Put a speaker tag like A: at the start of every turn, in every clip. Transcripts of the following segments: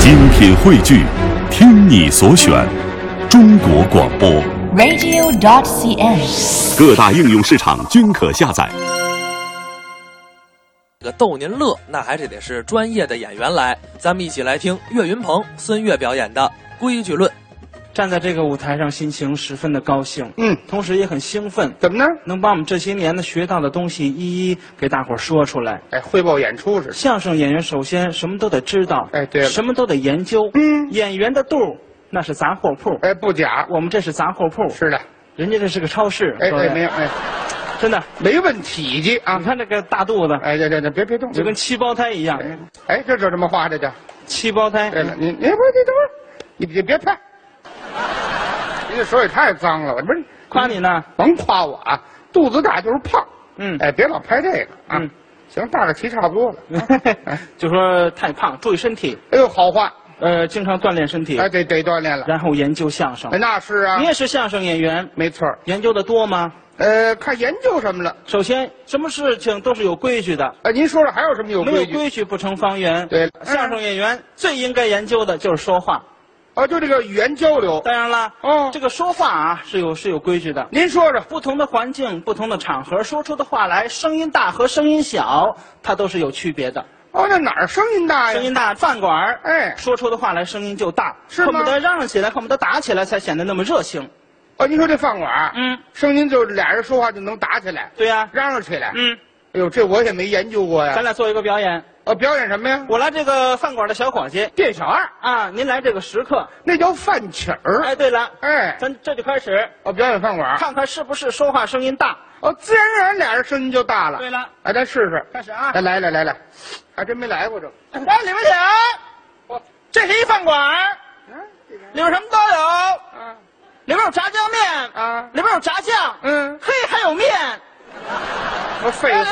A: 精品汇聚，听你所选，中国广播。
B: radio.cn。
A: 各大应用市场均可下载。
C: 这个逗您乐，那还是得是专业的演员来。咱们一起来听岳云鹏、孙越表演的《规矩论》。
D: 站在这个舞台上，心情十分的高兴，
E: 嗯
D: 同时也很兴奋，
E: 怎么呢？
D: 能把我们这些年呢学到的东西一一给大伙儿说出来。
E: 哎，汇报演出是
D: 相声演员首先什么都得知道，
E: 哎对了
D: 什么都得研究。
E: 嗯
D: 演员的肚儿那是杂货铺，
E: 哎，不假，
D: 我们这是杂货铺，
E: 是的，
D: 人家这是个超市。
E: 哎
D: 各位
E: 哎，没有，哎，
D: 真的，
E: 没问体积啊
D: 你。看这个大肚子，
E: 哎，这这这，别别动，
D: 就跟
E: 别
D: 七胞胎一样，
E: 哎哎，这就这么画着的。
D: 七胞胎。
E: 对了，你你不你等会儿，你别别拍，您这手也太脏了，我不是
D: 夸你呢，
E: 甭夸我啊，肚子大就是胖。
D: 嗯
E: 哎，别老拍这个啊
D: 嗯。
E: 行，大概齐差不多 了。哎
D: 就说太胖，注意身体，
E: 哎呦，好话，
D: 呃，经常锻炼身体，
E: 哎，得得锻炼了。
D: 然后研究相声
E: 哎，。那是啊
D: 啊你，也是相声演员，
E: 没错儿。
D: 研究的多吗？
E: 呃，看研究什么了？
D: 首先，什么事情都是有规矩的，
E: 哎，您说说还有什么有
D: 没有
E: 规矩？
D: 规矩不成方圆。
E: 对
D: 相声演员最应该研究的就是说话。
E: 哦，就这个语言交流。
D: 当然啦，
E: 哦
D: 这个说话啊是有是有规矩的。
E: 您说说，
D: 不同的环境、不同的场合，说出的话来，声音大和声音小，它都是有区别的。
E: 哦，那哪儿声音大呀？
D: 声音大，饭馆儿
E: 哎
D: 说出的话来声音就大，
E: 是吗
D: 恨不得嚷嚷起来，恨不得打起来，才显得那么热情。
E: 哦，您说这饭馆儿，
D: 嗯，
E: 声音就是俩人说话就能打起来，
D: 对呀、
E: 嚷嚷起来。
D: 嗯，
E: 哎呦，这我也没研究过
D: 咱
E: 呀。
D: 俩做一个表演，
E: 哦，表演什么呀？
D: 我来这个饭馆的小伙计
E: 店小二，
D: 啊，您来这个食客。
E: 那叫饭曲儿。
D: 哎，对了，
E: 哎，
D: 咱这就开始
E: 哦，表演饭馆儿，
D: 看看是不是说话声音大。
E: 哦，自然而然俩人声音就大了。
D: 对了，
E: 哎，咱试试。
D: 开始啊
E: 哎，来来来来，还真没来过这。
D: 哎，里面请。
E: 我，
D: 这是一饭馆儿，
E: 嗯，这个
D: 里面什么都有，哎
E: 啊
D: 里面有炸酱面，
E: 啊，
D: 里面有炸酱，
E: 嗯，
D: 嘿，还有面。
E: 我废话，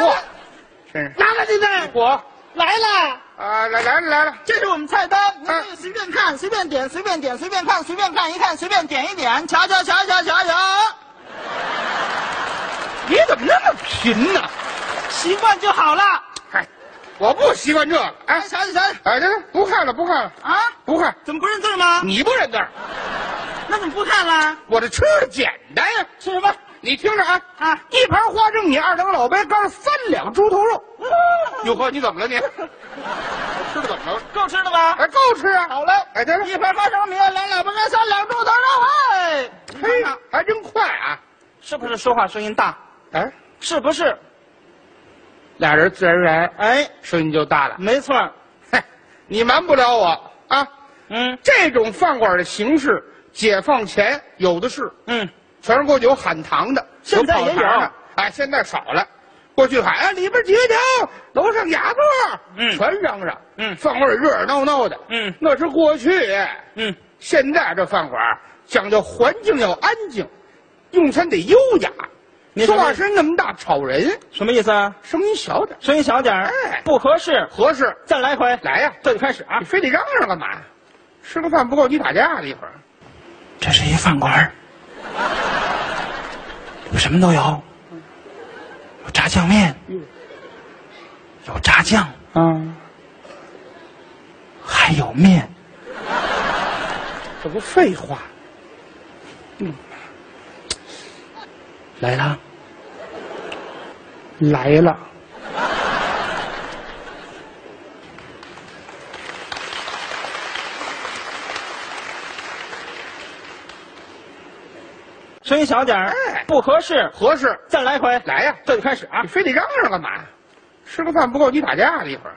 E: 真是。
D: 拿来，进来，
E: 我
D: 来了，
E: 啊，来来了来了，
D: 这是我们菜单，您
E: 啊
D: 可以随便看，随便点，随便点，随便看，随便看一看，随便点一点，瞧瞧瞧瞧瞧瞧，
E: 你怎么那么贫
D: 啊
E: 呢？
D: 习惯就好了。
E: 嗨，我不习惯这个。哎
D: 哎，，瞧瞧瞧瞧
E: 哎，这不看了，不看了，
D: 啊，
E: 不看。
D: 怎么不认字儿吗？
E: 你不认字儿，
D: 那怎么不看了？
E: 我这吃的简单呀。
D: 吃什么？
E: 你听着啊，
D: 啊
E: 一盘花生米，二两老白干，三两猪头肉。
D: 嗯
E: 哟呵，你怎 么了你？吃的怎么了？
D: 够吃了吧？
E: 哎，够吃啊！好了，哎，对了，
D: 一盘花生米，两两不干，三两猪头肉，哎，
E: 嘿，还真快啊！
D: 是不是说话声音大？
E: 哎，
D: 是不是？
E: 俩人自然而然
D: 哎，
E: 声音就大了。
D: 没错儿，
E: 嘿，你瞒不了我啊！
D: 嗯
E: 这种饭馆的形式，解放前有的是。
D: 嗯，
E: 全国有喊堂的，
D: 现在也有
E: 跑堂的，哎，现在少了。过去喊啊，里边几个条，楼上雅座，
D: 嗯
E: 全嚷嚷，
D: 嗯
E: 饭馆里热热闹闹的，
D: 嗯
E: 那是过去，
D: 嗯，
E: 现在这饭馆讲究环境要安静，用餐得优雅，
D: 你
E: 说
D: 说
E: 话
D: 这
E: 声音那么大吵人，
D: 什么意思啊？
E: 声音小点，
D: 声音小点儿，
E: 哎
D: 不合适，
E: 合适。
D: 再来一回。
E: 来呀，
D: 这就开始啊
E: 你！非得嚷嚷干嘛？吃个饭不够，你打架了一会儿。
D: 这是一饭馆儿，有什么都有，有炸酱面，
E: 嗯
D: 有炸酱，
E: 啊，
D: 还有面。
E: 这不废话。嗯
D: 来了，
E: 来了。
D: 声音小点儿
E: 哎，
D: 不合适，
E: 合适，
D: 再来一回。
E: 来呀
D: 这就开始啊
E: 你！非得嚷嚷干嘛？吃个饭不够，你打架了一会儿。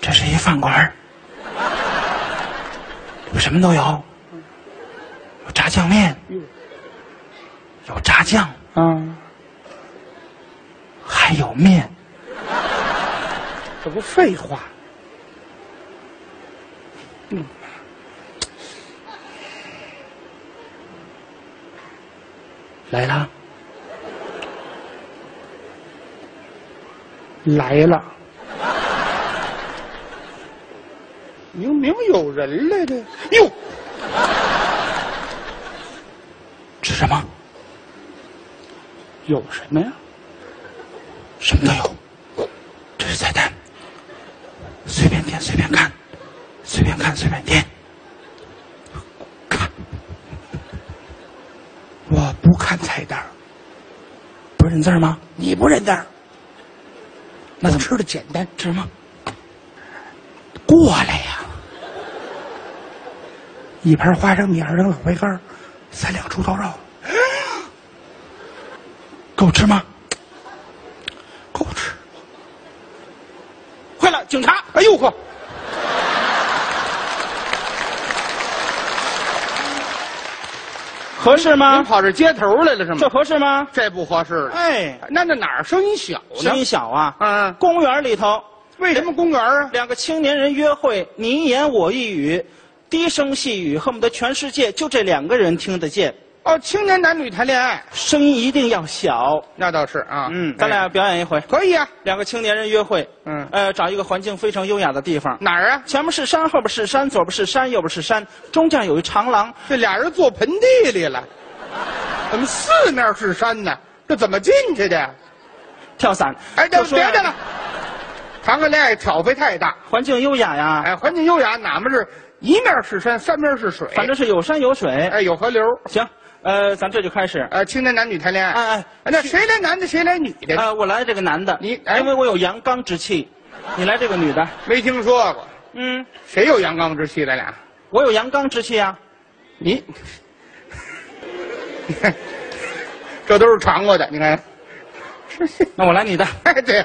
D: 这是一饭馆儿，有什么都有，有炸酱面，有炸酱，
E: 啊，
D: 还有面。
E: 这不废话。
D: 来了，
E: 来了，明明有人来的哟，
D: 吃什么？
E: 有什么呀？
D: 什么都有。这是菜单，
E: 便随便看，随便看随便点，看，我不看菜单儿不认字儿吗？你不认字儿那怎么吃的简单？吃什么？过来呀、一盘花生米，二两老白干儿，三两猪头肉，够吃吗？够吃。
D: 快了，警察！
E: 哎呦呵！
D: 合适吗
E: 您？跑这街头来了是吗？
D: 这合适吗？
E: 这不合适了。
D: 哎，
E: 那那哪儿声音小呢？
D: 声音小啊。
E: 啊
D: 公园里头，
E: 为什么公园啊？
D: 两个青年人约会，你一言我一语，低声细语，恨不得全世界就这两个人听得见。
E: 哦，青年男女谈恋爱，
D: 声音一定要小。
E: 那倒是啊。
D: 嗯，咱俩
E: 哎
D: 表演一回，
E: 可以啊。
D: 两个青年人约会。
E: 嗯
D: 呃，找一个环境非常优雅的地方。
E: 哪儿啊？
D: 前面是山，后边是山，左边是山，右边是山，中间有一长廊。
E: 这俩人坐盆地里了，怎么四面是山呢？这怎么进去的呀？
D: 跳伞。
E: 哎，
D: 就
E: 这
D: 说
E: 别的了，谈个恋爱挑费太大。
D: 环境优雅呀，
E: 哎，环境优雅，哪怕是一面是山，三边是水，
D: 反正是有山有水。
E: 哎有河流。
D: 行，呃，咱这就开始。
E: 呃，青年男女谈恋爱，
D: 哎哎
E: 哎那谁来男的，谁来女的？
D: 呃，我来这个男的，
E: 你哎
D: 因为我有阳刚之气，你来这个女的，
E: 没听说过，
D: 嗯，
E: 谁有阳刚之气？咱俩，
D: 我有阳刚之气啊，
E: 你， 这都是尝过的，你看，
D: 那我来你的，
E: 哎对，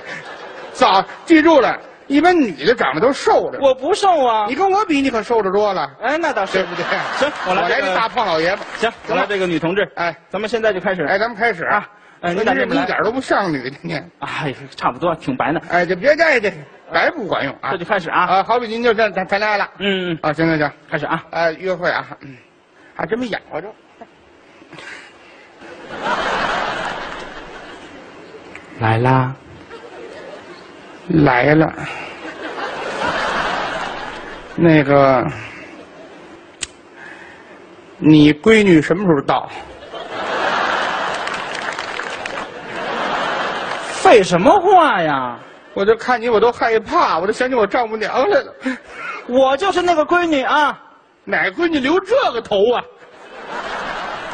E: 早记住了，一般女的长得都瘦着，
D: 我不瘦啊
E: 你，跟我比，你可瘦着多了，
D: 哎，那倒
E: 对
D: 是
E: 不对？
D: 行，我来
E: 来
D: 这
E: 这
D: 个
E: 大胖老爷们，
D: 行，我来这个女同志，
E: 哎
D: 咱们现在就开始，
E: 哎，咱们开始
D: 啊哎你
E: 你
D: 打这
E: 这
D: 边
E: 一
D: 来
E: 点都不像女的，你，
D: 哎，差不多，挺白的，
E: 哎，就别这这白不管用啊
D: 这就开始啊，
E: 啊，好比您就这谈谈恋爱了，
D: 嗯，嗯
E: 啊，行行行。
D: 开始啊，
E: 啊，约会啊，嗯还真没演过这。
D: 来啦，
E: 来了，那个，你闺女什么时候到？
D: 废什么话呀，
E: 我就看你，我都害怕，我都想起我丈母娘来了。
D: 我就是那个闺女啊，
E: 哪闺女留这个头啊？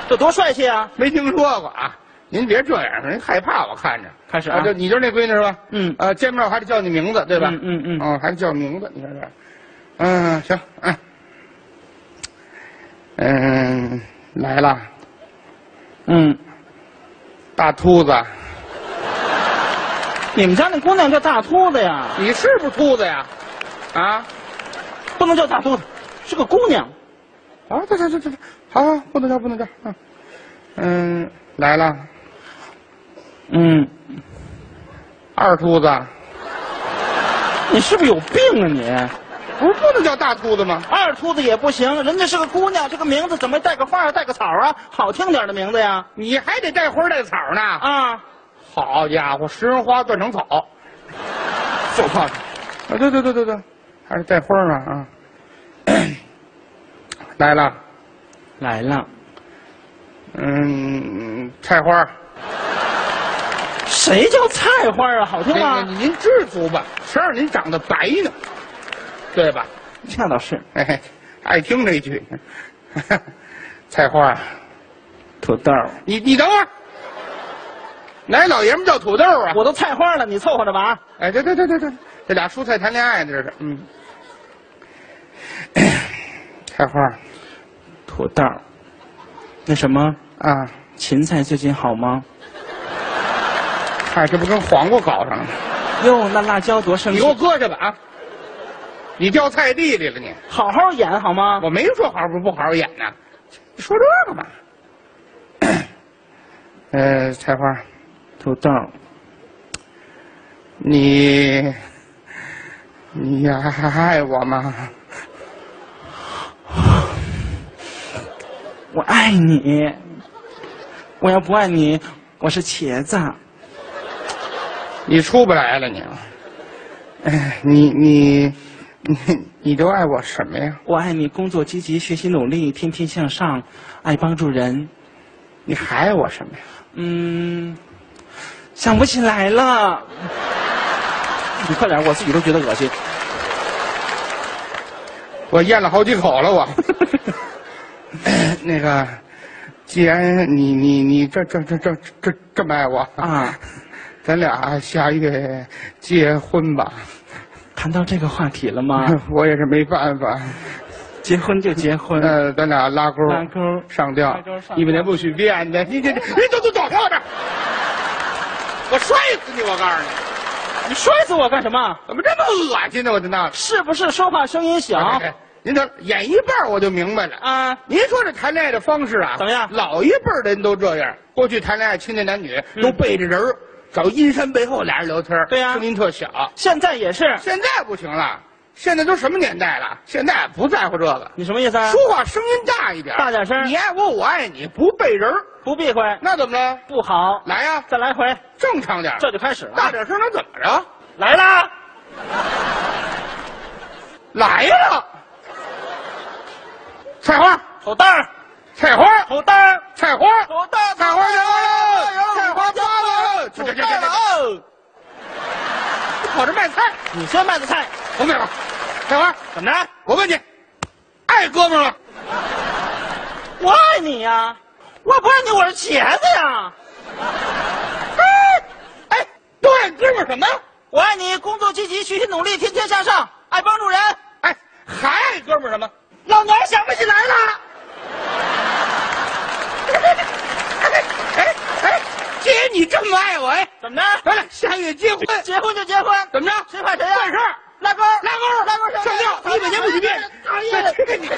D: 这多帅气啊，
E: 没听说过啊！您别这样，人害怕我看着。
D: 开始啊
E: 就你就是那闺女是吧？
D: 嗯
E: 啊，见面我还得叫你名字对吧？
D: 嗯嗯嗯
E: 哦，还得叫名字，你看这。嗯，行，嗯，嗯，来了，
D: 嗯，
E: 大秃子，
D: 你们家那姑娘叫大秃子呀，
E: 你是不是秃子呀？啊
D: 不能叫大秃子，是个姑娘。
E: 啊，对对对对对，好，好不能叫不能叫，嗯嗯，来了，
D: 嗯，
E: 二秃子，
D: 你是不是有病啊你？
E: 不是不能叫大秃子吗？
D: 二秃子也不行，人家是个姑娘，这个名字怎么带个花啊，带个草啊，好听点的名字呀？
E: 你还得带花带草呢。
D: 啊，
E: 好家伙，食人花断成草，就怕他。啊，对对对对对，还是带花儿呢啊。 来了，
D: 来了，
E: 嗯，菜花儿。
D: 谁叫菜花啊？好听
E: 那个
D: 吗？
E: 您知足吧，谁让您长得白呢？对吧？
D: 那倒是，
E: 哎，爱听这句。 菜花儿，
D: 土豆，
E: 你你等会儿，哪老爷们叫土豆啊？
D: 我都菜花了，你凑合着吧。
E: 哎，对对对对对，这俩蔬菜谈恋爱呢，这是嗯。菜花儿
D: 土豆，那什么，
E: 啊。
D: 芹菜最近好吗？
E: 嗨，哎这不跟黄瓜搞上了吗？
D: 哟，那辣椒多生
E: 你给我搁下吧啊！你掉菜地里了你！
D: 好好演好吗？
E: 我没说好好不不好好演呢，你说这干嘛？呃，菜花，
D: 土豆，
E: 你你呀还爱我吗？
D: 我爱你，我要不爱你，我是茄子。
E: 你出不来了你！哎，你你你你都爱我什么呀？
D: 我爱你，工作积极，学习努力，天天向上，爱帮助人。
E: 你还爱我什么呀？
D: 嗯，想不起来了。你快点，我自己都觉得恶心。
E: 我咽了好几口了，我。那个，既然你你你这这这这这这么爱我
D: 啊，
E: 咱俩下月结婚吧。
D: 谈到这个话题了吗？
E: 我也是没办法，
D: 结婚就结婚，
E: 呃，咱俩拉钩，
D: 拉钩
E: 上吊
D: 拉钩上，吊
E: 你们那不许变的，你这这，你都都躲开我这儿，我摔死你！我告诉你，
D: 你摔死我干什么？
E: 怎么这么恶心呢？我的那
D: 是不是说话声音小？
E: 哎您这演一半我就明白了。
D: 啊，
E: 您说这谈恋爱的方式啊，
D: 怎么样
E: 老一辈儿的人都这样，过去谈恋爱青年男女都背着人儿，找阴山背后俩人聊天儿，
D: 嗯对呀
E: 声音特小。
D: 现在也是。
E: 现在不行了，现在都什么年代了？现在不在乎这个，
D: 你什么意思啊？
E: 说话声音大一点，
D: 大点嗯声
E: 你爱我，我爱你，不背人儿，
D: 不避讳，
E: 那怎么了？
D: 不好。
E: 来呀，
D: 再来回，
E: 正常点儿，
D: 这就开始了。
E: 大点声，能怎么着？
D: 来啦！
E: 来呀！ 菜花，
D: 口袋儿，
E: 菜花，
D: 口袋儿，
E: 菜花，
D: 口袋儿，
E: 菜花菜花菜
D: 菜花
E: 花花了，
D: 口袋儿哦。
E: 跑这卖菜，
D: 你先卖的菜，
E: 我买了。菜花，
D: 怎么着？
E: 我问你，爱哥们儿吗？
D: 我爱你呀、我不爱你，我是茄子呀！
E: 哎，哎，都爱哥们儿什么？
D: 我爱你，工作积极，学习努力，天天向上，爱帮助人。
E: 哎，还爱哥们儿什么？
D: 老娘想不起来了。
E: 哎哎，既然你这么爱我，哎，
D: 怎么着？
E: 咱俩下月结婚，
D: 结婚就结婚，
E: 怎么着？
D: 谁怕谁呀、
E: 办事儿，
D: 拉钩，
E: 拉钩，
D: 拉钩
E: 上吊，一百年不许变。
D: 讨厌。
E: 这个你